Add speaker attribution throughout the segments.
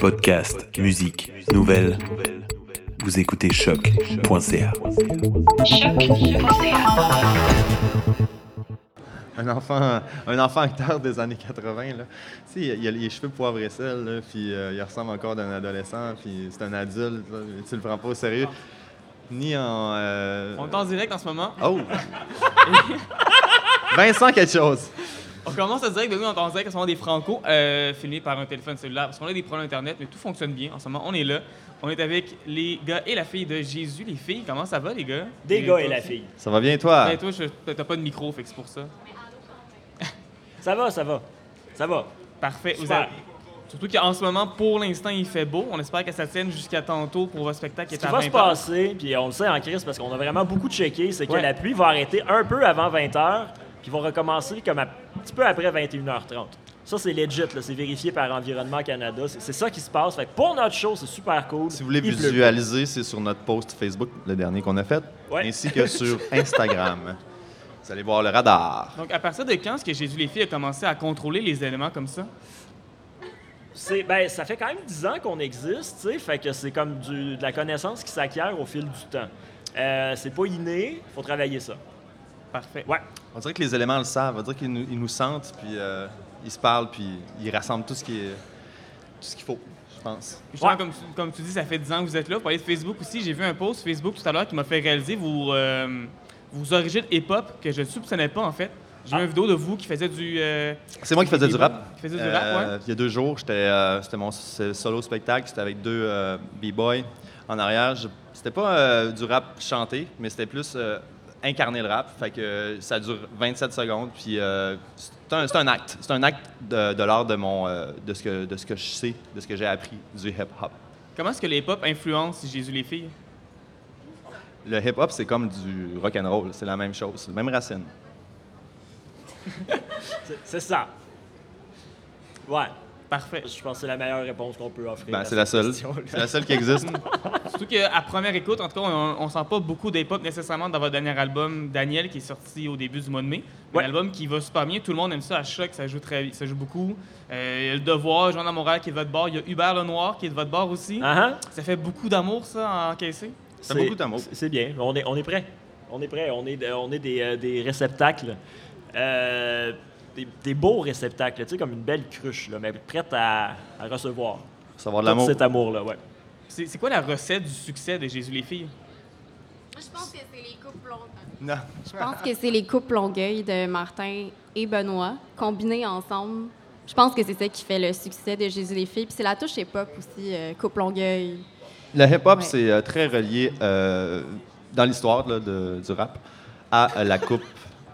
Speaker 1: Podcast, musique, nouvelles. Vous écoutez choc.ca.
Speaker 2: un enfant, un enfant acteur des années 80. Là. Tu sais, il a- il a les cheveux poivre et sel, là, puis euh, il ressemble encore d'un adolescent, puis c'est un adulte, là, mais tu le prends pas au sérieux. Ni en. euh,
Speaker 3: On est en direct en ce moment.
Speaker 2: Oh! Vincent quelque chose!
Speaker 3: On commence à direct, mais nous, on est en direct en ce moment des Franco, euh, filmés par un téléphone cellulaire, parce qu'on a des problèmes Internet, mais tout fonctionne bien. En ce moment, on est là. On est avec les gars et la fille de Jésus. Les filles, comment ça va, les gars?
Speaker 4: Des gars et la fille.
Speaker 2: Ça va bien, toi?
Speaker 3: Ben, toi, je- t'as pas de micro, fait que c'est pour ça.
Speaker 4: Ça va, ça va. Ça va.
Speaker 3: Parfait. Vous
Speaker 4: Super.
Speaker 3: avez- Surtout qu'en ce moment, pour l'instant, il fait beau. On espère que ça tienne jusqu'à tantôt pour votre spectacle qui
Speaker 4: Ce
Speaker 3: est
Speaker 4: qui
Speaker 3: à
Speaker 4: va se
Speaker 3: 20 heures.
Speaker 4: passer, puis on le sait en crise parce qu'on a vraiment beaucoup checké, c'est que
Speaker 3: Ouais.
Speaker 4: la pluie va arrêter un peu avant 20h, puis va recommencer comme un petit peu après 21h30. Ça, c'est legit, là, c'est vérifié par Environnement Canada. C'est c'est ça qui se passe. Fait que pour notre show, c'est super cool.
Speaker 2: Si vous voulez
Speaker 4: Il pleut.
Speaker 2: visualiser, c'est sur notre post Facebook, le dernier qu'on a fait,
Speaker 4: Ouais.
Speaker 2: ainsi que sur Instagram. Vous allez voir le radar.
Speaker 3: Donc, à partir de quand est-ce que Jésus les filles a commencé à contrôler les éléments comme ça?
Speaker 4: C'est- ben, ça fait quand même 10 ans qu'on existe, tu sais, fait que c'est comme du- de la connaissance qui s'acquiert au fil du temps. Euh, c'est pas inné, faut travailler ça.
Speaker 3: Parfait.
Speaker 4: Ouais.
Speaker 2: On dirait que les éléments le savent, on dirait qu'ils nous, ils nous sentent, puis euh, ils se parlent, puis ils rassemblent tout ce qui est- tout ce qu'il faut, je pense.
Speaker 3: Justement,
Speaker 4: Ouais.
Speaker 3: comme, tu, comme tu dis, ça fait 10 ans que vous êtes là. Vous parlez de Facebook aussi. J'ai vu un post Facebook tout à l'heure qui m'a fait réaliser vos, euh, vos origines hip-hop que je ne soupçonnais pas, en fait. J'ai
Speaker 4: Ah.
Speaker 3: vu une vidéo de vous qui faisait du... euh,
Speaker 2: C'est moi qui faisais du rap.
Speaker 3: Qui faisait du rap,
Speaker 2: Euh, Il y a deux jours, j'étais, euh, c'était mon s- solo spectacle, c'était avec deux euh, b-boys en arrière. Je- C'était pas euh, du rap chanté, mais c'était plus euh, incarner le rap. Fait que euh, ça dure 27 secondes, puis euh, c'est un, c'est un acte. C'est un acte de, de l'art de mon, euh, de ce que, de ce que je sais, de ce que j'ai appris du hip-hop.
Speaker 3: Comment est-ce que le hip-hop influence Jésus les filles?
Speaker 2: Le hip-hop, c'est comme du rock and roll, c'est la même chose, c'est la même racine.
Speaker 4: C'est- C'est ça. Ouais.
Speaker 3: Parfait.
Speaker 4: Je pense que c'est la meilleure réponse qu'on peut offrir.
Speaker 2: Ben,
Speaker 4: à
Speaker 2: c'est la
Speaker 4: cette
Speaker 2: seule,
Speaker 4: question-là.
Speaker 2: c'est la seule qui existe.
Speaker 3: Surtout qu'à première écoute, en tout cas, on, on sent pas beaucoup d'hip-hop nécessairement dans votre dernier album, Daniel, qui est sorti au début du mois de mai.
Speaker 4: Ouais.
Speaker 3: Un album qui va super bien. Tout le monde aime ça à choc. Ça joue, très, ça joue beaucoup. Euh, il y a Le Devoir, Jean Montréal qui est de votre bord. Il y a Hubert Lenoir qui est de votre bord aussi.
Speaker 4: Ah, ah.
Speaker 3: Ça fait beaucoup d'amour, ça, à encaisser.
Speaker 2: Ça fait beaucoup d'amour.
Speaker 4: c'est- C'est bien. On est, on est prêt. On est prêt. On est, de- on est des, euh, des réceptacles. Euh, des, des beaux réceptacles, tu sais, comme une belle cruche, là, mais prête à, à recevoir
Speaker 2: Savoir
Speaker 4: tout
Speaker 2: de l'amour.
Speaker 4: cet amour-là. Ouais.
Speaker 3: C'est c'est quoi la recette du succès de Jésus les filles?
Speaker 5: Je pense que c'est les couples longueuil.
Speaker 2: Non.
Speaker 5: Je pense que c'est les couples longueuil de Martin et Benoît, combinés ensemble. Je pense que c'est ça qui fait le succès de Jésus les filles. Puis c'est la touche hip-hop aussi, euh, couple longueuil.
Speaker 2: Le hip-hop,
Speaker 5: Ouais.
Speaker 2: c'est euh, très relié euh, dans l'histoire là, de- du rap à euh, la coupe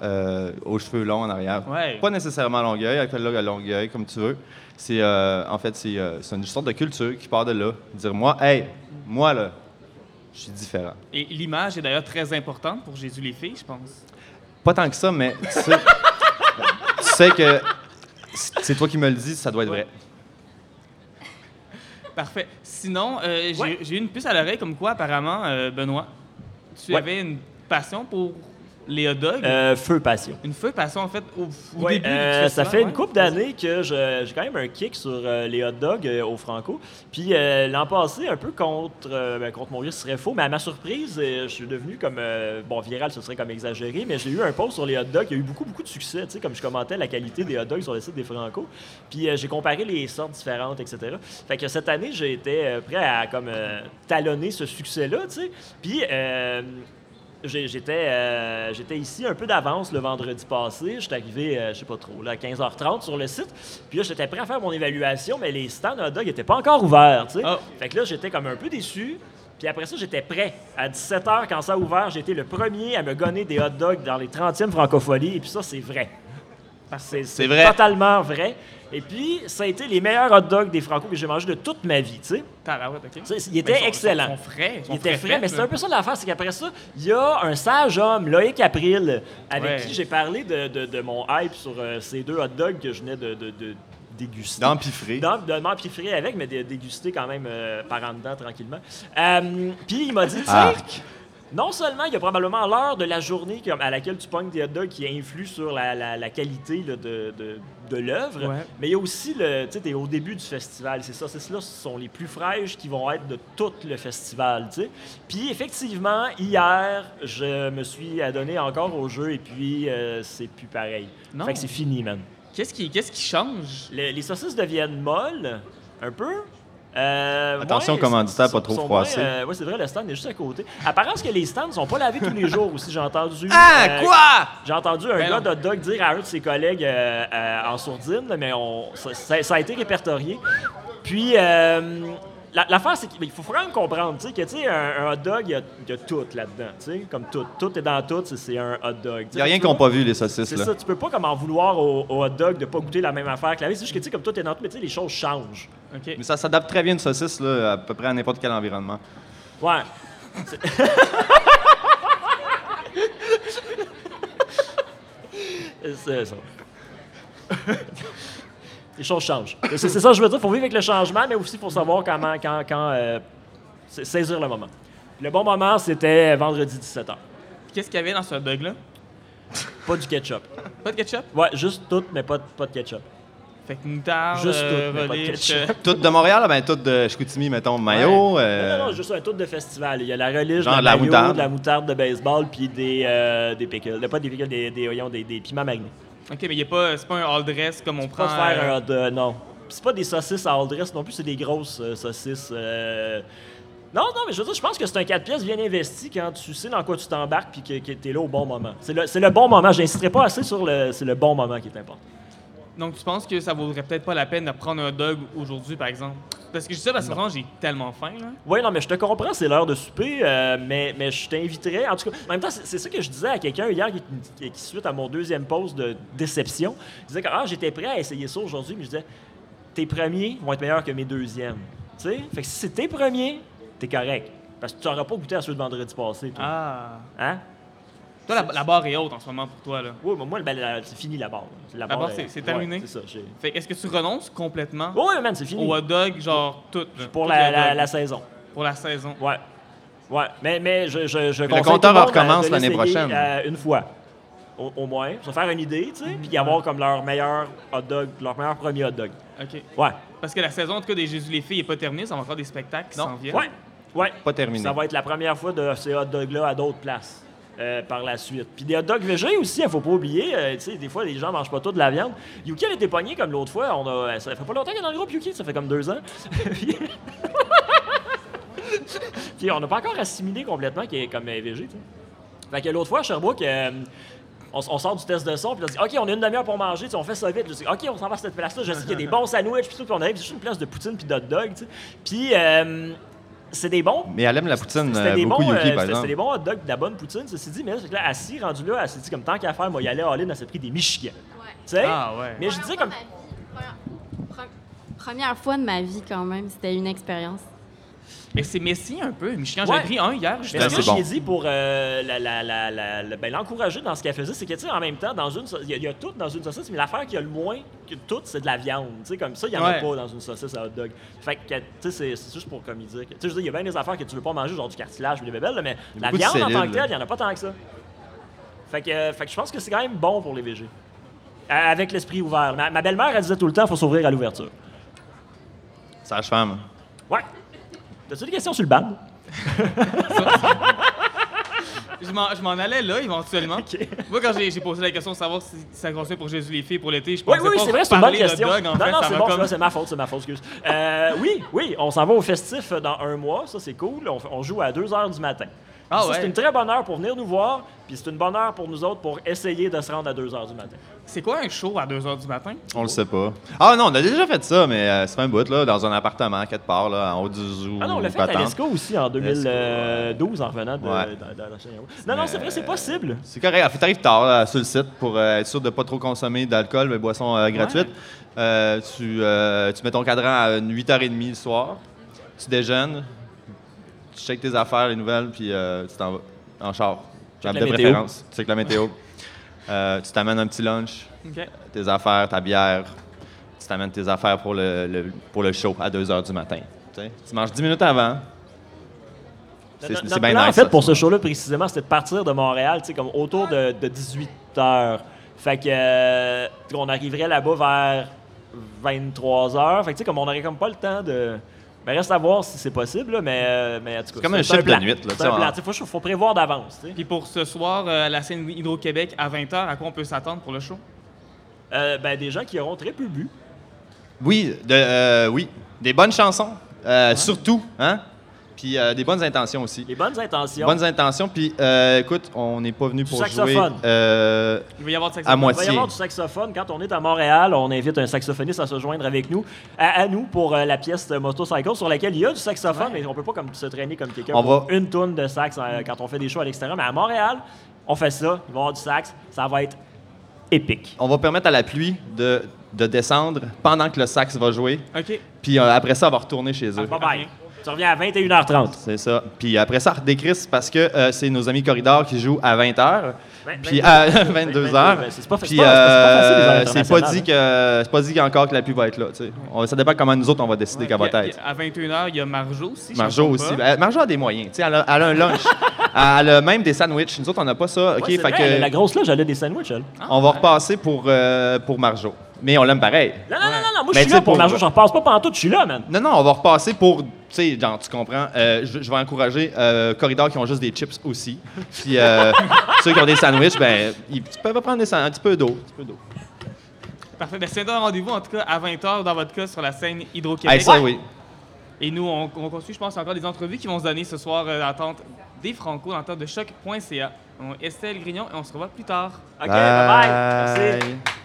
Speaker 2: euh, aux cheveux longs en arrière.
Speaker 3: Ouais.
Speaker 2: Pas nécessairement à Longueuil, appelle-le à Longueuil comme tu veux. C'est, euh, en fait, c'est, euh, c'est une sorte de culture qui part de là. Dire moi, hey, moi là, je suis différent.
Speaker 3: Et l'image est d'ailleurs très importante pour Jésus les filles, je pense.
Speaker 2: Pas tant que ça, mais tu sais, tu sais que c'est toi qui me le dis, ça doit être
Speaker 3: Ouais.
Speaker 2: vrai.
Speaker 3: Parfait. Sinon, euh, j'ai-
Speaker 4: Ouais.
Speaker 3: j'ai eu une puce à l'oreille comme quoi, apparemment, euh, Benoît, tu
Speaker 4: Ouais.
Speaker 3: avais une passion pour les hot dogs.
Speaker 4: Euh, feu passion.
Speaker 3: Une feu passion, en fait, au, au
Speaker 4: Ouais,
Speaker 3: début.
Speaker 4: euh,
Speaker 3: du
Speaker 4: ça
Speaker 3: festival,
Speaker 4: fait une
Speaker 3: ouais.
Speaker 4: couple d'années que je- j'ai quand même un kick sur euh, les hot dogs euh, au Franco. Puis euh, l'an passé, un peu contre, euh, ben, contre mon risque serait faux, mais à ma surprise, euh, je suis devenu comme. euh, bon, viral, ce serait comme exagéré, mais j'ai eu un post sur les hot dogs. Il y a eu beaucoup, beaucoup de succès, tu sais, comme je commentais la qualité des hot dogs sur le site des Franco. Puis euh, j'ai comparé les sortes différentes, etc. Fait que cette année, j'ai été euh, prêt à comme euh, talonner ce succès-là, tu sais. Puis. euh, j'ai- J'étais euh, j'étais ici un peu d'avance le vendredi passé. J'étais arrivé, euh, je sais pas trop, là, à 15h30 sur le site. Puis là, j'étais prêt à faire mon évaluation, mais les stands hot dog n'étaient pas encore ouverts. tu sais.
Speaker 3: Ah.
Speaker 4: Fait que là, j'étais comme un peu déçu. Puis après ça, j'étais prêt. À 17h, quand ça a ouvert, j'étais le premier à me gonner des hot dogs dans les 30e francophonies. Et puis ça, c'est vrai. Parce que C'est
Speaker 2: vrai.
Speaker 4: totalement vrai. Et puis, ça a été les meilleurs hot dogs des franco que j'ai mangés de toute ma vie. tu sais.
Speaker 3: Tabarouette, ok.
Speaker 4: Tu sais, il
Speaker 3: Mais
Speaker 4: était
Speaker 3: ils sont-
Speaker 4: excellent.
Speaker 3: Ils sont frais. sont
Speaker 4: Il était frais, mais c'est
Speaker 3: là.
Speaker 4: un peu ça l'affaire, c'est qu'après ça, il y a un sage homme, Loïc April, avec
Speaker 3: Ouais.
Speaker 4: qui j'ai parlé de, de- de mon hype sur euh, ces deux hot dogs que je venais de, de- de déguster.
Speaker 2: D'empiffrer.
Speaker 4: D'en- de m'empiffrer avec, mais de déguster quand même euh, par en dedans tranquillement. Euh, Puis il m'a dit, tu sais,
Speaker 2: Arc.
Speaker 4: non seulement il y a probablement l'heure de la journée qui- à laquelle tu pognes des hot dogs qui influe sur la, la- la qualité là, de, de- de l'œuvre.
Speaker 3: Ouais.
Speaker 4: Mais il y a aussi le. Tu sais, t'es au début du festival, c'est ça. C'est ceux-là sont les plus fraîches qui vont être de tout le festival, tu sais. Puis effectivement, hier, je me suis adonné encore au jeu et puis euh, c'est plus pareil.
Speaker 3: Non.
Speaker 4: Fait que c'est fini, man.
Speaker 3: Qu'est-ce qui, qu'est-ce qui change?
Speaker 4: Le- les saucisses deviennent molles, un peu. Euh,
Speaker 2: Attention,
Speaker 4: ouais,
Speaker 2: commanditaire,
Speaker 4: sont-
Speaker 2: pas trop
Speaker 4: sont
Speaker 2: froissé.
Speaker 4: moins, euh, ouais, c'est vrai, le stand est juste à côté. Apparemment, que les stands sont pas lavés tous les jours aussi, j'ai entendu.
Speaker 2: Ah,
Speaker 4: euh, J'ai entendu un
Speaker 3: Ben non.
Speaker 4: gars d'hot dog dire à un de ses collègues euh, euh, en sourdine, là, mais on, ça, ça- ça a été répertorié. Puis, euh, la- l'affaire, c'est qu'il faut quand même comprendre tu sais, que tu sais, un, un hot dog, il y a, il y a tout là-dedans. tu sais, Comme tout. Tout est dans tout, c'est- c'est un hot dog.
Speaker 2: Il n'y a rien qu'on n'a pas vu, les saucisses.
Speaker 4: C'est
Speaker 2: là.
Speaker 4: ça, tu peux pas comme en vouloir au, au hot dog de pas goûter la même affaire que la vie. C'est juste que tu sais, comme toi, t'es dans tout, mais tu sais, les choses changent.
Speaker 3: OK.
Speaker 2: Mais ça s'adapte très bien une saucisse là, à peu près à n'importe quel environnement.
Speaker 4: Ouais. C'est C'est ça. Les choses changent. C'est c'est ça que je veux dire. faut vivre avec le changement, mais aussi faut savoir comment, quand, quand euh, sa- saisir le moment. Le bon moment, c'était vendredi 17h.
Speaker 3: Qu'est-ce qu'il y avait dans ce dog-là?
Speaker 4: Pas du ketchup.
Speaker 3: Pas de ketchup?
Speaker 4: Ouais, juste tout, mais pas, de- pas de ketchup.
Speaker 3: Fait que moutarde,
Speaker 4: Juste
Speaker 3: euh,
Speaker 4: tout, mais pas de
Speaker 3: relish,
Speaker 4: ketchup.
Speaker 3: euh,
Speaker 2: Toutes de Montréal, ben toutes de Chicoutimi, mettons, maillot. euh,
Speaker 4: Non, non, non, juste un tour de festival. Il y a la religion,
Speaker 2: Genre de la moutarde.
Speaker 4: de la moutarde de baseball, puis des, euh, des pickles. Pas des pickles, des, des, voyons, des, des piments magnés.
Speaker 3: OK, mais il y a pas, c'est pas un all dress comme on prend.
Speaker 4: Pas de faire
Speaker 3: euh,
Speaker 4: un hot dog, non. Puis C'est pas des saucisses à all dress non plus, c'est des grosses euh, saucisses. euh, Non, non, mais je veux dire, je pense que c'est un 4 pièces bien investi quand tu sais dans quoi tu t'embarques puis que, que t'es là au bon moment. C'est le, c'est le bon moment. J'insisterai pas assez sur le, c'est le bon moment qui est important.
Speaker 3: Donc tu penses que ça vaudrait peut-être pas la peine de prendre un dog aujourd'hui, par exemple? Parce que je sais, parce que vraiment, j'ai tellement faim, là.
Speaker 4: Oui, non, mais je te comprends, c'est l'heure de souper, euh, mais, mais je t'inviterais. En tout cas, en même temps, c'est c'est ça que je disais à quelqu'un hier qui, qui- qui, suite à mon deuxième pause de déception, il disait que ah, j'étais prêt à essayer ça aujourd'hui, mais je disais, tes premiers vont être meilleurs que mes deuxièmes. Tu sais? Fait que si c'est tes premiers, t'es correct. Parce que tu n'auras pas goûté à ceux de vendredi passé. toi.
Speaker 3: Ah.
Speaker 4: Hein?
Speaker 3: Toi, la, la barre est haute en ce moment pour toi, là.
Speaker 4: Oui, mais moi, ben, la- c'est fini la barre. La,
Speaker 3: barre,
Speaker 4: est-
Speaker 3: c'est- c'est
Speaker 4: ouais,
Speaker 3: terminé?
Speaker 4: c'est ça. j'ai-
Speaker 3: Fait que est-ce que tu renonces complètement
Speaker 4: Ouais, man, c'est fini.
Speaker 3: au hot dog, genre tout? là,
Speaker 4: Oh! Pour
Speaker 3: tout
Speaker 4: la-
Speaker 3: le
Speaker 4: la-
Speaker 3: dog,
Speaker 4: la saison.
Speaker 3: pour la saison.
Speaker 4: Ouais. Ouais, mais, mais je, je, je
Speaker 2: le
Speaker 4: conseille
Speaker 2: compteur
Speaker 4: tout monde,
Speaker 2: recommence
Speaker 4: euh, de
Speaker 2: l'année
Speaker 4: l'essayer,
Speaker 2: prochaine.
Speaker 4: euh, une fois, au, au moins, se faire une idée, tu sais,
Speaker 2: Mhm.
Speaker 4: puis avoir comme leur meilleur hot dog, leur meilleur premier hot dog.
Speaker 3: OK.
Speaker 4: Ouais,
Speaker 3: Parce que la saison, en tout cas, des Jésus les filles n'est pas terminée. Ça va encore des spectacles qui
Speaker 2: Non.
Speaker 3: s'en viennent.
Speaker 4: ouais, ouais.
Speaker 2: Pas terminé.
Speaker 4: Ça va être la première fois de ces hot dogs-là à d'autres places euh, par la suite. Puis des hot dogs végés aussi, il faut pas oublier. euh, tu sais, des fois, les gens mangent pas tout de la viande. Yuki avait été pogné comme l'autre fois. On a, euh, ça fait pas longtemps qu'il est dans le groupe, Yuki. Ça fait comme deux ans. Puis- Puis on n'a pas encore assimilé complètement qu'il est comme euh, végé. tu sais. Fait que l'autre fois, à Sherbrooke, euh, on, s- on sort du test de son, puis on dit « OK, on a une demi-heure pour manger, tu sais, on fait ça vite. » Je dis « OK, on s'en va à cette place-là, je sais qu'il y a des bons sandwichs, puis tout, puis on arrive c'est juste une place de poutine puis d'hot dog, tu sais. Puis euh, c'est des bons,
Speaker 2: Mais elle aime la poutine,
Speaker 4: c'était
Speaker 2: euh,
Speaker 4: des,
Speaker 2: beaucoup
Speaker 4: bons, euh,
Speaker 2: Yuki, par
Speaker 4: c'était- c'était
Speaker 2: exemple.
Speaker 4: des bons hot dogs de la bonne poutine, ceci dit, mais là, c'est que là, assis, rendu là, elle s'est dit comme tant qu'à faire, moi, y aller all-in, elle s'est pris des Michigan. Tu sais?
Speaker 3: Ah ouais.
Speaker 4: Mais je disais comme.
Speaker 5: Première fois de ma vie, quand même, c'était une expérience.
Speaker 3: Mais c'est messi un peu. Michigan,
Speaker 4: Ouais.
Speaker 3: j'en ai pris un hier.
Speaker 4: Mais ce
Speaker 2: Ben, c'est
Speaker 4: que
Speaker 2: bon.
Speaker 4: j'ai dit pour euh, la- la- la- la- la- ben, l'encourager dans ce qu'elle faisait, c'est que, tu sais, en même temps, dans une sau- il y, a- il y a tout dans une saucisse, mais l'affaire qu'il y a le moins que tout, c'est de la viande. Tu sais, comme ça, il n'y en a
Speaker 3: Ouais.
Speaker 4: pas dans une saucisse à hot dog. Fait que, tu sais, c'est- c'est juste pour comme il dire que. Tu sais, je veux dire, il y a bien des affaires que tu veux pas manger, genre du cartilage, ou des bébelles, là, mais
Speaker 2: Il y a
Speaker 4: la
Speaker 2: beaucoup de
Speaker 4: viande en tant
Speaker 2: cellules,
Speaker 4: que
Speaker 2: là.
Speaker 4: telle, il n'y en a pas tant que ça. Fait que, euh, fait que je pense que c'est quand même bon pour les VG. Euh, Avec l'esprit ouvert. Ma, ma belle-mère, elle disait tout le temps, faut s'ouvrir à l'ouverture.
Speaker 2: Sage-femme.
Speaker 4: Ouais. T'as-tu des questions sur le ban?
Speaker 3: Je m'en, je m'en allais là, éventuellement. Moi, quand j'ai, j'ai posé la question de savoir si ça conseille pour Jésus les filles pour l'été, je
Speaker 4: Oui,
Speaker 3: pensais
Speaker 4: oui,
Speaker 3: pas
Speaker 4: c'est vrai, c'est une bonne
Speaker 3: parler de
Speaker 4: question.
Speaker 3: dog, en
Speaker 4: non,
Speaker 3: fait,
Speaker 4: non,
Speaker 3: ça
Speaker 4: c'est
Speaker 3: m'a
Speaker 4: bon,
Speaker 3: comme-
Speaker 4: c'est vrai, c'est ma faute, c'est ma faute, excuse. Euh, oui, oui, on s'en va au festif dans un mois, ça c'est cool. On, on joue à 2 h du matin.
Speaker 3: Ah
Speaker 4: Ça,
Speaker 3: ouais.
Speaker 4: C'est une très bonne heure pour venir nous voir, puis c'est une bonne heure pour nous autres pour essayer de se rendre à 2 h du matin.
Speaker 3: C'est quoi un show à 2h du matin?
Speaker 2: On le sait pas. Ah non, on a déjà fait ça, mais euh, c'est un bout, là, dans un appartement, quelque part, là, en haut du zoo.
Speaker 4: Ah non, on l'a fait
Speaker 2: patente.
Speaker 4: à l'ESCO aussi en 2012 en revenant de,
Speaker 2: Ouais.
Speaker 4: dans- dans la chaîne. Non, non, c'est vrai, c'est possible.
Speaker 2: C'est correct. Faut t'arrives tard là, sur le site pour euh, être sûr de pas trop consommer d'alcool, mais boissons euh, gratuites. Euh, tu, euh, tu mets ton cadran à une 8h30 le soir. Tu déjeunes. Tu checkes tes affaires, les nouvelles, puis euh, tu t'en vas en char.
Speaker 4: Check la
Speaker 2: de
Speaker 4: météo.
Speaker 2: préférence. Tu checkes la météo. Euh, tu t'amènes un petit lunch,
Speaker 3: OK.
Speaker 2: tes affaires, ta bière. Tu t'amènes tes affaires pour le, le- pour le show à 2h du matin. Tu sais, tu manges 10 minutes avant. C'est
Speaker 4: Notre-
Speaker 2: c'est
Speaker 4: notre
Speaker 2: bien
Speaker 4: plan,
Speaker 2: nice.
Speaker 4: En fait,
Speaker 2: ça.
Speaker 4: pour ce show-là précisément, c'était de partir de Montréal, tu sais, comme autour de, de 18 h Fait que euh, on arriverait là-bas vers 23h. Fait que tu sais, comme on n'aurait comme pas le temps de. Mais reste à voir si c'est possible, là, mais, euh, mais en tout cas.
Speaker 2: comme un
Speaker 4: c'est
Speaker 2: chef de
Speaker 4: plan.
Speaker 2: nuit, là,
Speaker 4: C'est
Speaker 2: tu sais,
Speaker 4: un plan.
Speaker 2: en-
Speaker 4: Tu sais, Faut, faut prévoir d'avance. tu sais.
Speaker 3: Puis pour ce soir, euh, à la scène Hydro-Québec à 20h, à quoi on peut s'attendre pour le show?
Speaker 4: Euh, ben, des gens qui auront très peu bu.
Speaker 2: Oui, de, euh, oui, des bonnes chansons, euh, surtout, hein? Puis euh, des bonnes intentions aussi.
Speaker 4: Les bonnes intentions.
Speaker 2: Bonnes intentions, puis euh, écoute, on n'est pas venu
Speaker 4: Du
Speaker 2: pour jouer.
Speaker 4: saxophone.
Speaker 2: euh,
Speaker 3: Il va y avoir de
Speaker 2: À
Speaker 4: Il va y avoir du saxophone. Quand on est à Montréal, on invite un saxophoniste à se joindre avec nous, à, à nous pour euh, la pièce euh, Motorcycle sur laquelle il y a du saxophone, mais on peut pas comme se traîner comme quelqu'un
Speaker 2: On
Speaker 4: pour
Speaker 2: va-
Speaker 4: une tourne de sax euh, quand on fait des shows à l'extérieur. Mais à Montréal, on fait ça. Il va y avoir du sax. Ça va être épique.
Speaker 2: on va permettre à la pluie de, de descendre pendant que le sax va jouer,
Speaker 3: OK.
Speaker 2: puis euh, après ça, on va retourner chez eux.
Speaker 4: Bye bye. Tu reviens à 21h30.
Speaker 2: C'est ça. Puis après ça, Décris, parce que euh, c'est nos amis Corridor qui jouent à 20h.
Speaker 4: Vingt-
Speaker 2: Puis
Speaker 4: vingt-
Speaker 2: à
Speaker 4: vingt-
Speaker 2: 22h.
Speaker 4: vingt- c'est pas- c'est
Speaker 2: Puis
Speaker 4: pas- c'est pas facile, les heures
Speaker 2: euh, c'est pas
Speaker 4: internationales,
Speaker 2: dit que c'est pas dit encore que la pluie va être là. tu sais. On- ça dépend comment nous autres on va décider qu'elle va
Speaker 3: Puis à-
Speaker 2: être.
Speaker 3: puis À 21h, il y a Marjo aussi. je me
Speaker 2: Marjo
Speaker 3: trompe
Speaker 2: aussi.
Speaker 3: pas.
Speaker 2: Ben, Marjo a des moyens. tu sais, Elle a, elle a un lunch. elle a même des sandwichs. Nous autres, on n'a pas ça. OK,
Speaker 4: Ouais, c'est
Speaker 2: fait
Speaker 4: vrai,
Speaker 2: que-
Speaker 4: La grosse loge, elle a des sandwichs, elle.
Speaker 2: on va repasser pour, euh, pour Marjo. Mais on l'aime pareil.
Speaker 4: Non, non, non, non, non, moi
Speaker 2: Mais
Speaker 4: je suis
Speaker 2: tu sais,
Speaker 4: là pour
Speaker 2: pour-
Speaker 4: l'argent, j'en repasse pas pantoute, je suis là, man.
Speaker 2: Non, non, on va repasser pour. Tu sais, genre, tu comprends. euh, je, je vais encourager euh, Corridor qui ont juste des chips aussi. Puis euh, ceux qui ont des sandwichs, ben, ils, tu peux pas prendre des sandwichs, un petit peu d'eau. un petit peu d'eau.
Speaker 3: Parfait. Ben, c'est un rendez-vous, en tout cas, à 20h, dans votre cas, sur la scène Hydro-Québec.
Speaker 2: Hey, ça, oui.
Speaker 3: Et nous, on, on continue, je pense, encore des entrevues qui vont se donner ce soir euh, dans l'attente des Franco, dans l'attente de choc.ca. Donc, Estelle Grignon, et on se revoit plus tard.
Speaker 4: Ok, bye bye. Merci.
Speaker 2: Bye.